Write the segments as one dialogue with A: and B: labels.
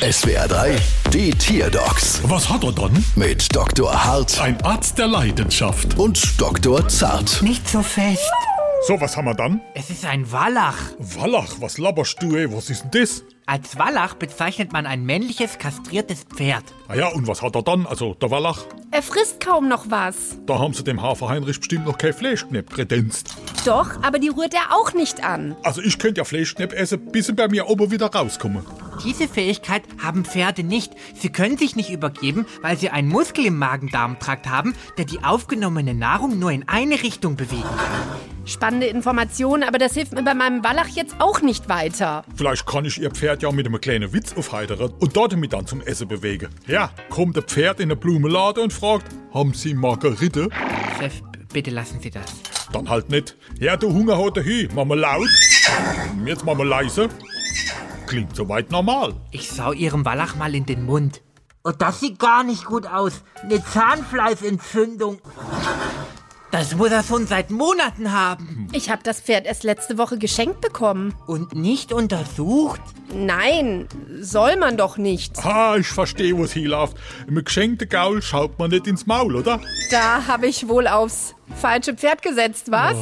A: SWR 3, die Tierdocs
B: Was hat er dann?
A: mit Dr. Hart
B: Ein Arzt der Leidenschaft.
A: und Dr. Zart.
C: Nicht so fest.
B: So, was haben wir dann?
C: Es ist ein Wallach.
B: Wallach, was laberst du, ey? Was ist denn das?
C: Als Wallach bezeichnet man ein männliches, kastriertes Pferd.
B: Ah ja, und was hat er dann? Also, der Wallach,
D: Er frisst kaum noch was.
B: da haben sie dem Hafer Heinrich bestimmt noch kein Fleischknepp kredenzt.
D: Doch, aber die rührt er auch nicht an.
B: Also, ich könnte ja Fleischknepp essen, bis sie bei mir oben wieder rauskommen.
C: Diese Fähigkeit haben Pferde nicht. Sie können sich nicht übergeben, weil sie einen Muskel im Magen-Darm-Trakt haben, der die aufgenommene Nahrung nur in eine Richtung bewegt.
D: Spannende Information, aber das hilft mir bei meinem Wallach jetzt auch nicht weiter.
B: Vielleicht kann ich ihr Pferd ja mit einem kleinen Witz aufheitern und damit dann zum Essen bewegen. Ja, kommt der Pferd in der Blumenlade und fragt, haben Sie Margerite?
C: Chef, b- bitte lassen Sie das.
B: Dann halt nicht. Ja, du Hungerhote hü, mach mal laut. Jetzt mach mal leise. Klingt soweit normal.
C: Ich sau Ihrem Wallach mal in den Mund. Oh, das sieht gar nicht gut aus. Eine Zahnfleischentzündung. Das muss er schon seit Monaten haben.
D: Ich habe das Pferd erst letzte Woche geschenkt bekommen.
C: Und nicht untersucht?
D: Nein, soll man doch nicht.
B: Ah, ich verstehe, was hier läuft. Mit geschenkten Gaul schaut man nicht ins Maul, oder?
D: Da habe ich wohl aufs falsche Pferd gesetzt, was?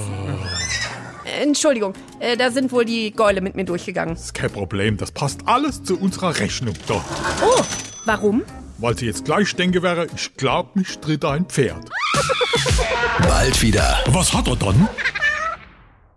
D: Entschuldigung, äh, da sind wohl die Gäule mit mir durchgegangen.
B: Ist kein Problem, das passt alles zu unserer Rechnung da.
D: Oh, warum?
B: Weil sie jetzt gleich denken wäre, ich glaub, mich tritt ein Pferd.
A: Bald wieder.
B: Was hat er dann?